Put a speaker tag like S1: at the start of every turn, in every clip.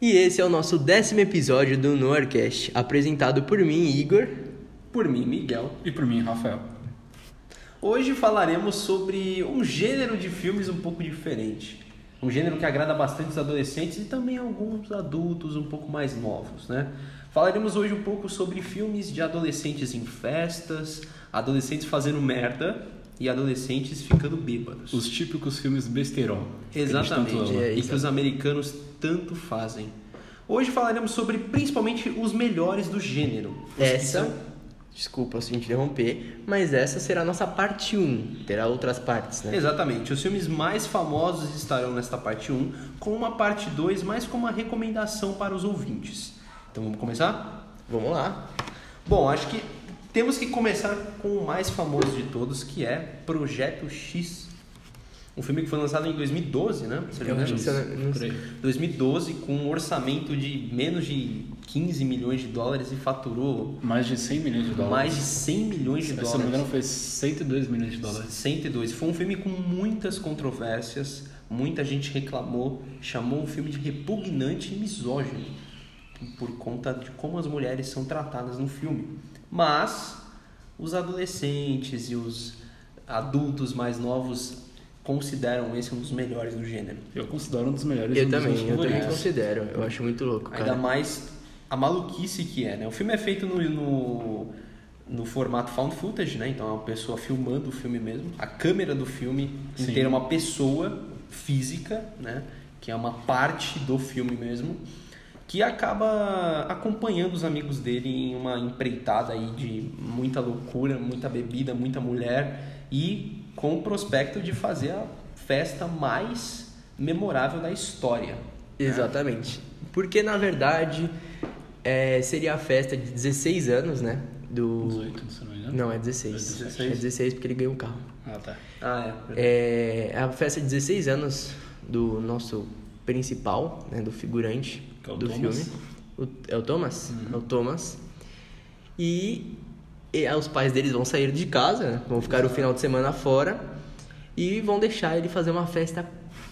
S1: E esse é o nosso décimo episódio do Noarcast, apresentado por mim, Igor.
S2: Por mim, Miguel.
S3: E por mim, Rafael.
S2: Hoje falaremos sobre um gênero de filmes um pouco diferente. Um gênero que agrada bastante os adolescentes e também alguns adultos um pouco mais novos, né? Falaremos hoje um pouco sobre filmes de adolescentes em festas, adolescentes fazendo merda e adolescentes ficando bêbados.
S3: Os típicos filmes besteirol. que a gente
S2: Exatamente,
S3: tanto ama.
S1: é.
S2: e que os americanos tanto fazem. Hoje falaremos sobre principalmente os melhores do gênero. Os
S1: Essa, desculpa se interromper, mas essa será a nossa parte 1. Terá outras partes, né?
S2: Exatamente. Os filmes mais famosos estarão nesta parte 1, com uma parte 2, mais como uma recomendação para os ouvintes. Então vamos começar?
S1: Vamos lá.
S2: Bom, acho que temos que começar com o mais famoso de todos, que é Projeto X. Um filme que foi lançado em 2012, né? Se eu não me engano.
S1: Isso, né? Não
S3: Por aí.
S2: 2012, com um orçamento de menos de 15 milhões de dólares e faturou
S3: Mais de 100 milhões de dólares.
S2: mais de 100 milhões de
S3: Se
S2: dólares.
S3: eu não me engano, foi 102 milhões de dólares.
S2: 102. Foi um filme com muitas controvérsias, muita gente reclamou, chamou o filme de repugnante e misógino por conta de como as mulheres são tratadas no filme. Mas os adolescentes e os adultos mais novos consideram esse um dos melhores do gênero.
S3: Eu considero um dos melhores.
S1: Eu
S3: um dos
S1: também,
S3: meus
S1: eu também
S3: favoritos.
S1: considero. Eu acho muito louco,
S2: Ainda
S1: cara.
S2: mais a maluquice que é, né? O filme é feito no, no, no formato found footage, né? Então é uma pessoa filmando o filme mesmo. A câmera do filme
S3: Sim.
S2: inteira é uma pessoa física, né? Que é uma parte do filme mesmo. Que acaba acompanhando os amigos dele em uma empreitada aí de muita loucura, muita bebida, muita mulher. E com o prospecto de fazer a festa mais memorável da história.
S1: Exatamente. Porque, na verdade, é, seria a festa de 16 anos, né? Do...
S3: 18, se eu não me engano.
S1: Não, é 16.
S3: É
S1: É
S3: 16?
S1: 16 porque ele ganhou um carro.
S3: Ah, tá.
S2: Ah, é.
S1: É a festa de 16 anos do nosso principal, né, do figurante
S3: Que é o
S1: do
S3: Thomas.
S1: filme. O- é o Thomas? É o Thomas. E, e aí os pais deles vão sair de casa, né, vão ficar o final de semana fora e vão deixar ele fazer uma festa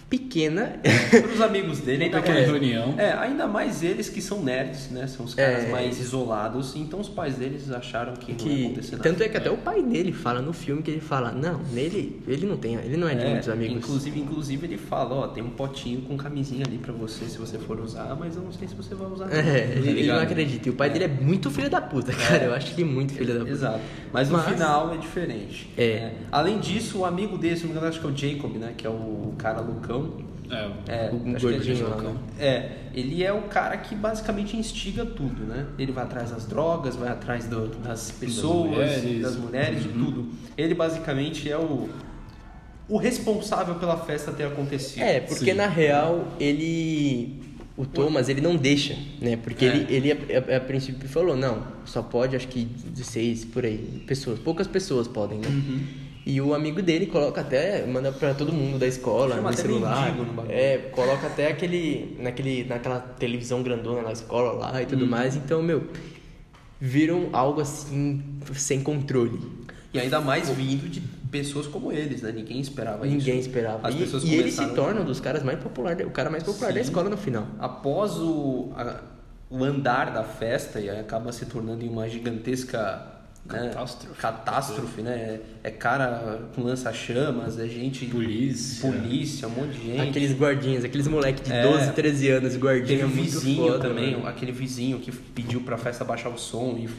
S1: pequena.
S2: Para os amigos dele, ainda
S3: Pequena
S2: mais,
S3: reunião.
S2: é, ainda mais eles que são nerds, né? São os caras
S1: É.
S2: mais isolados. Então os pais deles acharam que, não ia
S1: que,
S2: acontecer nada.
S1: tanto é que até o pai dele fala no filme que ele fala: "Não, nele, ele não tem, ele não é de muitos amigos".
S2: Inclusive, inclusive ele fala, ó, tem um potinho com camisinha ali pra você se você for usar, mas eu não sei se você vai usar. não",
S1: É,
S2: tá
S1: ele, ele não
S2: ligado?
S1: acredita. E o pai dele é muito filho da puta, cara. Eu acho que muito filho da puta.
S2: Exato. Mas, no
S1: Mas-
S2: final é diferente. né?
S1: É.
S2: Além disso, o amigo dele, se não me engano, acho que é o Jacob, né? Que é o cara loucão.
S3: É,
S2: É,
S1: O
S2: acho que é
S1: Um gordinho
S2: Jason
S1: lá,
S2: Kahn.
S1: né?
S2: É, ele é o cara que basicamente instiga tudo, né? Ele vai atrás das drogas, vai atrás do- das pessoas, das mulheres,
S3: mulheres.
S2: de tudo. Ele basicamente é o, o responsável pela festa ter acontecido.
S1: É, porque
S3: Sim.
S1: na real ele. O Thomas, ele não deixa, né? Porque
S2: É.
S1: ele, ele a, a- a princípio falou, não, só pode acho que 16 por aí, pessoas, poucas pessoas podem, né?
S2: Uhum.
S1: E o amigo dele coloca até, manda pra todo mundo da escola,
S2: Chama
S1: no
S2: até
S1: celular.
S2: mendigo no bagulho.
S1: É, coloca até aquele, naquele, naquela televisão grandona na escola lá e tudo
S2: Uhum.
S1: mais. Então, meu, viram algo assim, sem controle.
S2: E ainda mais vindo de pessoas como eles, né? Ninguém esperava isso.
S1: Ninguém esperava.
S2: As
S1: e
S2: pessoas
S1: e ele se
S2: começaram-
S1: torna um dos caras mais populares, o cara mais popular da
S2: Sim.
S1: escola no final.
S2: Após o, a- o andar da festa, e aí acaba se tornando em uma gigantesca né,
S3: é um Catástrofe.
S2: catástrofe, né? É cara com lança-chamas, é gente.
S3: Polícia.
S2: Polícia, um monte de gente.
S1: Aqueles guardinhas, aqueles moleque de
S2: É.
S1: 12, 13 anos, guardinha
S2: Teve
S1: é
S2: um
S1: muito
S2: vizinho
S1: foda,
S2: também, um
S1: mano.
S2: aquele vizinho que pediu pra festa baixar o som e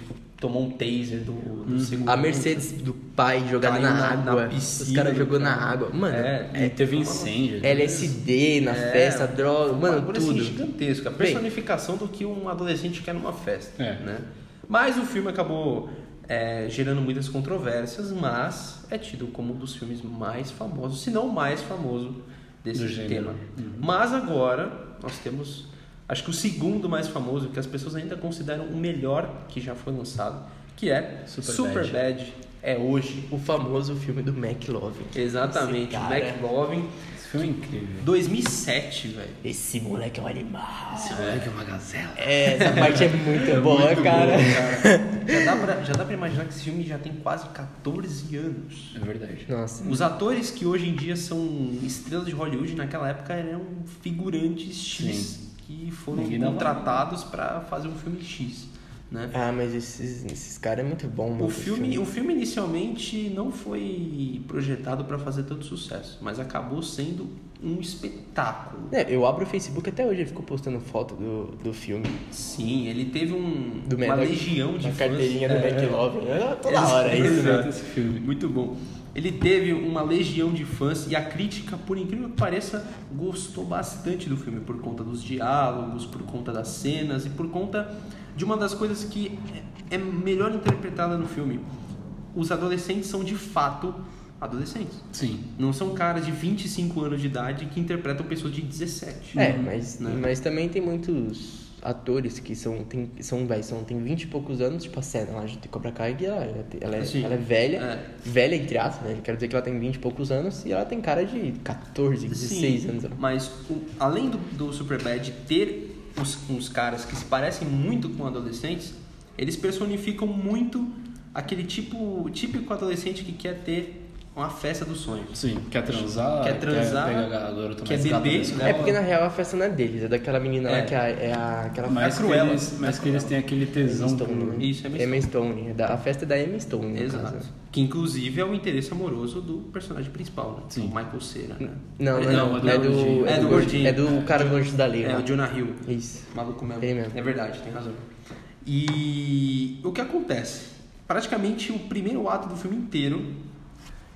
S2: tomou um taser do, do segurança.
S1: Uhum. A Mercedes do pai jogada
S2: Caiu
S1: na,
S2: na- na
S1: água. Os
S2: piscina,
S1: caras jogou na
S2: cara.
S1: água. Mano,
S2: É,
S3: E teve incêndio.
S1: é
S3: né?
S1: LSD na
S2: É.
S1: festa, droga,
S2: Um
S1: mano,
S2: bagulho,
S1: tudo.
S2: Assim, gigantesco. A
S1: Bem.
S2: personificação do que um adolescente quer numa festa,
S3: É.
S2: né? Mas o filme acabou é, gerando muitas controvérsias, mas é tido como um dos filmes mais famosos, se não o mais famoso desse
S3: Do gênero. Uhum.
S2: tema. Mas agora nós temos, acho que o segundo mais famoso, que as pessoas ainda consideram o melhor que já foi lançado, que é
S3: Superbad.
S2: Superbad. É hoje.
S1: O famoso filme do McLove.
S2: Exatamente,
S1: Esse cara-
S2: McLovin.
S3: Esse filme é incrível.
S2: 2007, velho.
S1: Esse moleque é um animal.
S3: é uma gazela.
S1: É, essa parte é muito boa,
S3: muito
S1: cara.
S3: boa,
S2: Já dá, pra, já dá pra imaginar que esse filme já tem quase 14 anos.
S3: É verdade.
S1: Nossa.
S2: Os atores que hoje em dia são estrelas de Hollywood, naquela época eram figurantes X. que foram
S3: Ninguém dá
S2: contratados pra fazer um filme X, né?
S1: Ah, mas esses, esses caras é muito bom, mano.
S2: O
S1: esse
S2: filme, o filme inicialmente não foi projetado pra fazer tanto sucesso, mas acabou sendo um espetáculo.
S1: É, eu abro o Facebook até hoje, ele ficou postando foto do, do filme.
S2: Sim, ele teve um,
S1: Do
S2: uma
S1: Mac-
S2: legião de
S1: da
S2: fãs.
S1: carteirinha
S2: É.
S1: do McLovin. É, toda hora é isso,
S2: Exato.
S1: né?
S3: Perfeito esse filme.
S2: Muito bom. Ele teve uma legião de fãs e a crítica, por incrível que pareça, gostou bastante do filme por conta dos diálogos, por conta das cenas e por conta de uma das coisas que é é melhor interpretada no filme. Os adolescentes são de fato adolescentes.
S3: Sim.
S2: Não são caras de 25 anos de idade que interpretam pessoas de 17.
S1: É, mas,
S2: Né?
S1: mas também tem muitos atores que são, tem, são velhos, são, tem 20 e poucos anos, tipo a cena lá de Cobra Kai, que ela, ela, é,
S2: Sim.
S1: ela é velha,
S2: É.
S1: velha entre aspas, né? Quero dizer que ela tem 20 e poucos anos e ela tem cara de 14, 16 anos.
S2: Mas o- além do, do Superbad ter os, uns caras que se parecem muito com adolescentes, eles personificam muito aquele tipo típico adolescente que quer ter uma festa dos sonhos.
S3: Sim. Quer transar?
S2: Quer transar,
S3: Quer pegar a garota
S2: quer
S3: mais gata
S2: beber,
S3: da escola.
S2: né?
S1: É porque na real a festa não é deles, é daquela menina
S2: É.
S1: lá que é, a- é a, aquela
S3: Mas,
S2: É cruel,
S3: que eles, mas que eles têm aquele tesão.
S1: Stone,
S3: por-
S1: né?
S2: Isso, Emma
S1: Emma Stone. é da- A festa é da Emma Stone, no
S2: Exato.
S1: caso.
S2: Que inclusive é o interesse amoroso do personagem principal, né?
S3: Sim.
S2: o Michael Cera. Né?
S1: Não, não,
S2: Ele-
S1: não,
S3: não,
S1: é
S3: é
S1: do,
S3: do gordinho.
S1: é
S2: É
S1: do
S2: do
S1: gordinho. É
S2: gordinho.
S1: do cara do Anjos da Lei.
S2: É
S1: lá.
S2: o Jonah Hill.
S1: Isso.
S2: Maluco mesmo.
S1: Ele mesmo.
S2: É verdade, tem razão. E o que acontece? Praticamente o primeiro ato do filme inteiro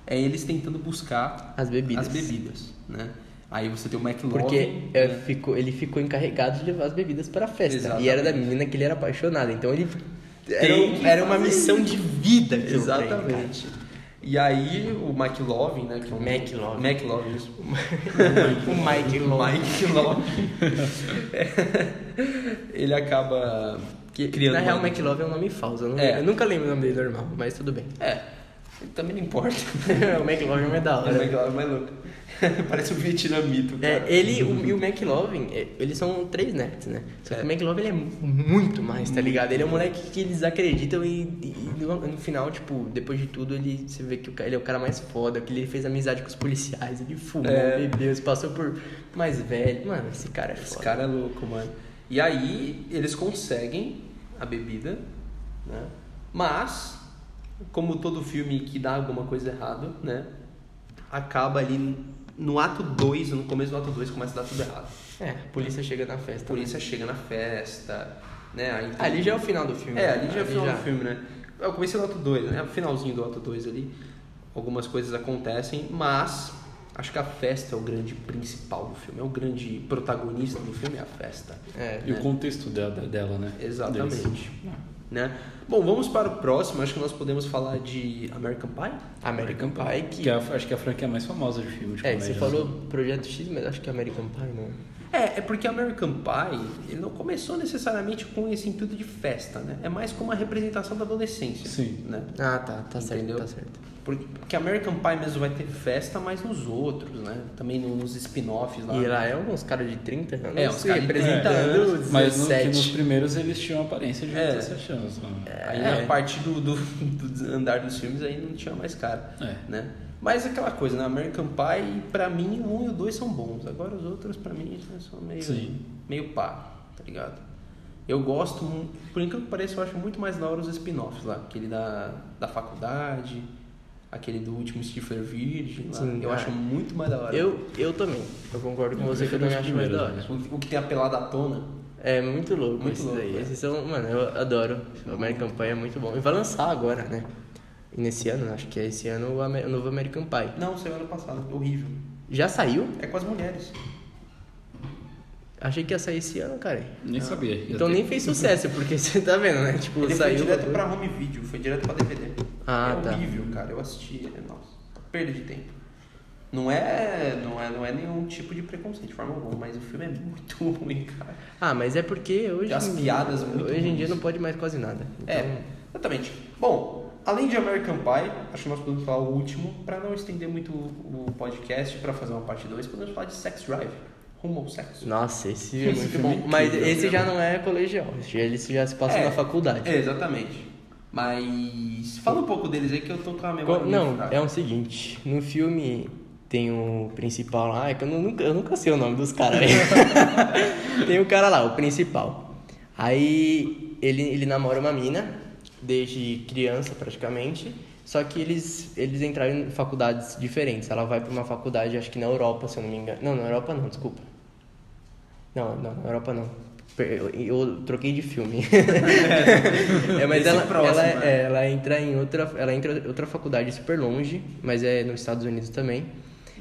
S2: é eles tentando buscar
S1: As bebidas.
S2: as bebidas, né? Aí você tem o McLovin.
S1: Porque
S2: né?
S1: é, ficou, ele ficou encarregado de levar as bebidas para a festa. E era da
S2: Exatamente.
S1: menina que ele era apaixonado. Então ele. Era,
S2: Tem
S1: um-
S2: que
S1: era uma
S2: fazer
S1: missão de vida que
S2: Exatamente. E aí o McLovin, né? Que é um...
S1: McLovin.
S2: McLovin, isso.
S1: o Tipo, Mike Love.
S2: Mike Love. ele acaba criando.
S1: Na real,
S2: uma-
S1: Mac Love é um nome falso. Eu, não-
S2: É.
S1: eu nunca lembro o nome dele normal, mas tudo bem.
S2: É, também não importa.
S1: o Mac Love é uma da
S2: O
S1: hora.
S2: McLovin é mais louco. Parece um vietnamita. cara.
S1: É, ele o- e o McLovin, é, eles são três nerds, né? Só que
S2: É.
S1: o McLovin ele é muito mais, tá ligado? Ele é um moleque que eles acreditam e, e no, no final, tipo, depois de tudo, ele você vê que o ca- ele é o cara mais foda, que ele fez amizade com os policiais, ele fumou,
S2: É.
S1: bebeu, se passou por mais velho. Mano, esse cara é
S2: Esse
S1: foda.
S2: cara é louco, mano. E aí, eles conseguem a bebida, né? Mas, como todo filme que dá alguma coisa errada, né? Acaba ali no ato 2, no começo do ato 2, começa a dar tudo errado.
S1: É, a polícia chega na
S2: A
S1: festa.
S2: polícia chega na festa, né? Aí tem-
S1: Ali já é o final do filme.
S2: É,
S1: né?
S2: ali já é o final do filme, né? Eu comecei no ato 2, né? O finalzinho do ato 2 ali. Algumas coisas acontecem, mas acho que a festa é o grande principal do filme. É o grande protagonista do filme, é a festa.
S1: É.
S3: E o contexto dela, dela né? Deles.
S2: Exatamente. Né? Bom, vamos para o próximo. Acho que nós podemos falar de American Pie.
S1: American Pie, que.
S3: Que é, a- acho que é a franquia mais famosa de filme de
S1: É,
S3: comédia,
S1: você
S3: né?
S1: falou Projeto X, mas acho que é American Pie, não.
S2: É, é porque American Pie ele não começou necessariamente com esse intuito de festa, né? É mais como uma representação da adolescência.
S3: Sim.
S2: Né?
S1: Ah, tá, tá
S2: Entendeu?
S1: certo, tá certo.
S2: Porque, porque American Pie mesmo vai ter festa, mas nos outros, né? Também nos spin-offs lá.
S1: E lá é uns caras de 30 anos.
S2: É, uns caras de 30
S1: representando
S2: anos,
S3: É, Mas no, que nos
S1: 17.
S3: primeiros eles tinham a aparência de
S2: É.
S3: 17 anos. né?
S2: Aí
S1: É.
S2: a parte do, do, do andar dos filmes aí não tinha mais cara,
S3: É.
S2: né? Mas aquela coisa, né? American Pie, pra mim, o 1 e o 2 são bons. Agora os outros, pra mim, né, são meio,
S3: é. Sim.
S2: meio pá, tá ligado? Eu gosto, mu- por enquanto que pareça, eu acho muito mais da hora os spin-offs lá. Aquele da, da faculdade, aquele do último Stifler Virgem lá.
S1: Sim,
S2: eu
S1: ah.
S2: acho muito mais da hora.
S1: Eu, eu também. Eu concordo com
S3: Eu
S1: você que eu
S3: prefiro
S1: também
S3: os
S1: acho mais
S2: é
S3: primeiros,
S1: da hora.
S3: né?
S2: O, o que tem a pelada à tona.
S1: É muito louco
S2: Muito
S1: isso
S2: louco,
S1: daí.
S2: né?
S1: Esses são, mano, eu adoro. O American Pie é muito bom. E vai lançar agora, né? E nesse ano, acho que é esse ano, o Amer- o novo American Pie.
S2: Não, saiu ano passado. Horrível.
S1: Já saiu?
S2: É com as mulheres.
S1: Achei que ia sair esse ano, cara.
S3: Nem sabia. ia
S1: Então
S3: ter.
S1: nem fez sucesso, porque você tá vendo, né? Tipo,
S2: Ele foi
S1: saiu.
S2: direto pra home video, foi direto pra DVD.
S1: Ah,
S2: é
S1: tá.
S2: horrível, cara. Eu assisti, é, nossa, perda de tempo. Não é, não é, não é nenhum tipo de preconceito de forma alguma, mas o filme é muito ruim, cara.
S1: Ah, mas é porque hoje.
S2: Tem as
S1: em-
S2: piadas muito
S1: Hoje em dia
S2: ruins.
S1: não pode mais quase nada. Então,
S2: É, exatamente. Bom, além de American Pie, acho que nós podemos falar o último pra não estender muito o o podcast pra fazer uma parte 2, podemos falar de Sex Drive, rumo ao sexo.
S1: Nossa, esse é muito
S2: Esse é
S1: bom.
S2: incrível,
S1: Mas
S2: né?
S1: esse já não é colegial. Esse já, esse já se passa
S2: É,
S1: na faculdade.
S2: É, exatamente. Mas fala um pouco deles aí que eu tô com a
S1: Co-
S2: memória muito
S1: Não,
S2: fraca.
S1: é o seguinte. No filme Tem o principal lá, é que eu nu- nunca, eu nunca sei o nome dos caras. né? Tem o cara lá, o principal. Aí ele, ele namora uma mina, desde criança praticamente. Só que eles, eles entraram em faculdades diferentes. Ela vai pra uma faculdade, acho que na Europa, se eu não me engano. Não, na Europa não, desculpa. Não, não, na Europa não. Per- Eu, eu troquei de filme. é, mas
S2: Esse
S1: ela,
S2: próximo,
S1: ela,
S2: né?
S1: é, ela entra em outra, ela entra em outra faculdade super longe, mas é nos Estados Unidos também.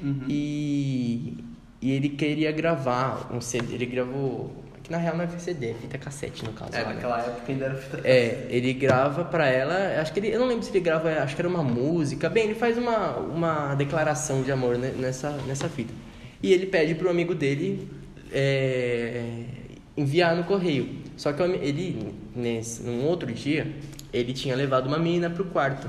S2: Uhum.
S1: E, e ele queria gravar um CD, ele gravou, que na real não é CD, é fita cassete no caso.
S2: É,
S1: lá, né?
S2: naquela época ainda era fita.
S1: É, ele grava pra ela, acho que ele, eu não lembro se ele grava, acho que era uma música. Bem, ele faz uma, uma declaração de amor né, nessa, nessa fita. E ele pede pro amigo dele é, enviar no correio. Só que o ami- ele, nesse, num outro dia, ele tinha levado uma menina pro quarto.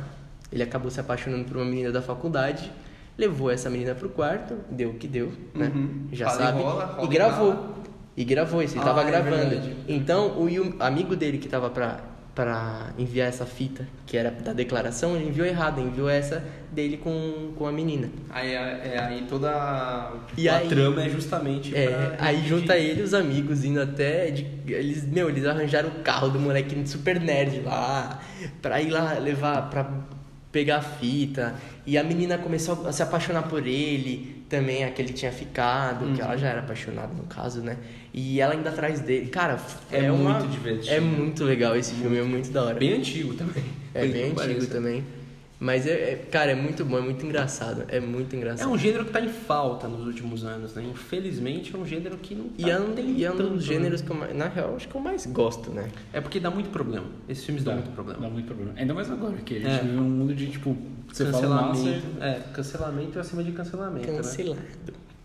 S1: Ele acabou se apaixonando por uma menina da faculdade, levou essa menina pro quarto, deu o que deu, né?
S2: Uhum.
S1: Já
S2: Fala e
S1: sabe.
S2: rola, rola
S1: e
S2: e
S1: gravou.
S2: rola.
S1: E gravou isso, ele
S2: Ah,
S1: tava
S2: é
S1: gravando.
S2: verdade.
S1: Então, o Yu- amigo dele que tava pra, pra enviar essa fita, que era da declaração, ele enviou errado, enviou essa dele com, com a menina.
S2: Aí, é, é, aí toda a,
S1: E
S2: a
S1: aí-
S2: trama é justamente.
S1: É,
S2: pra
S1: aí
S2: impedir.
S1: junta ele e os amigos indo até. de- eles, meu, eles arranjaram o carro do moleque super nerd lá, pra ir lá levar, pra pegar a fita. E a menina começou a se apaixonar por ele, também a que ele tinha ficado,
S2: Uhum.
S1: que ela já era apaixonada no caso, né? E ela ainda atrás dele. Cara,
S2: É
S1: uma-
S2: muito divertido.
S1: É muito legal esse filme, é muito da hora.
S2: Bem antigo né? também.
S1: É
S2: por
S1: bem
S2: incrível que
S1: antigo
S2: pareça.
S1: também. Mas, é, é- cara, é muito bom, é muito engraçado. É muito
S2: É
S1: engraçado.
S2: um gênero que tá em falta nos últimos anos, né? Infelizmente é um gênero que não tá
S1: E é um, e é um
S2: tentando, né?
S1: dos gêneros que eu mais, na real, acho que eu mais gosto, né?
S2: É porque dá muito problema. Esses filmes
S3: É.
S2: dão muito problema.
S3: Dá muito problema. Ainda mais agora, que a gente
S2: É.
S3: vive um mundo de, tipo, você fala mal,
S2: cancelamento.
S3: você...
S2: É, cancelamento acima de cancelamento, né?
S1: Cancelado.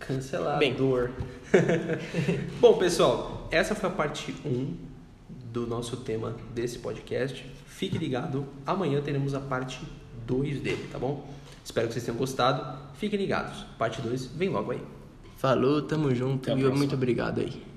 S2: Cancelado.
S1: Bem, dor.
S2: Bom, pessoal, essa foi a parte 1 do nosso tema desse podcast. Fique ligado, amanhã teremos a parte 2 dele, tá bom? Espero que vocês tenham gostado. Fiquem ligados. Parte 2 vem logo aí.
S1: Falou, tamo junto
S3: Até a
S1: e
S3: próxima.
S1: muito obrigado aí.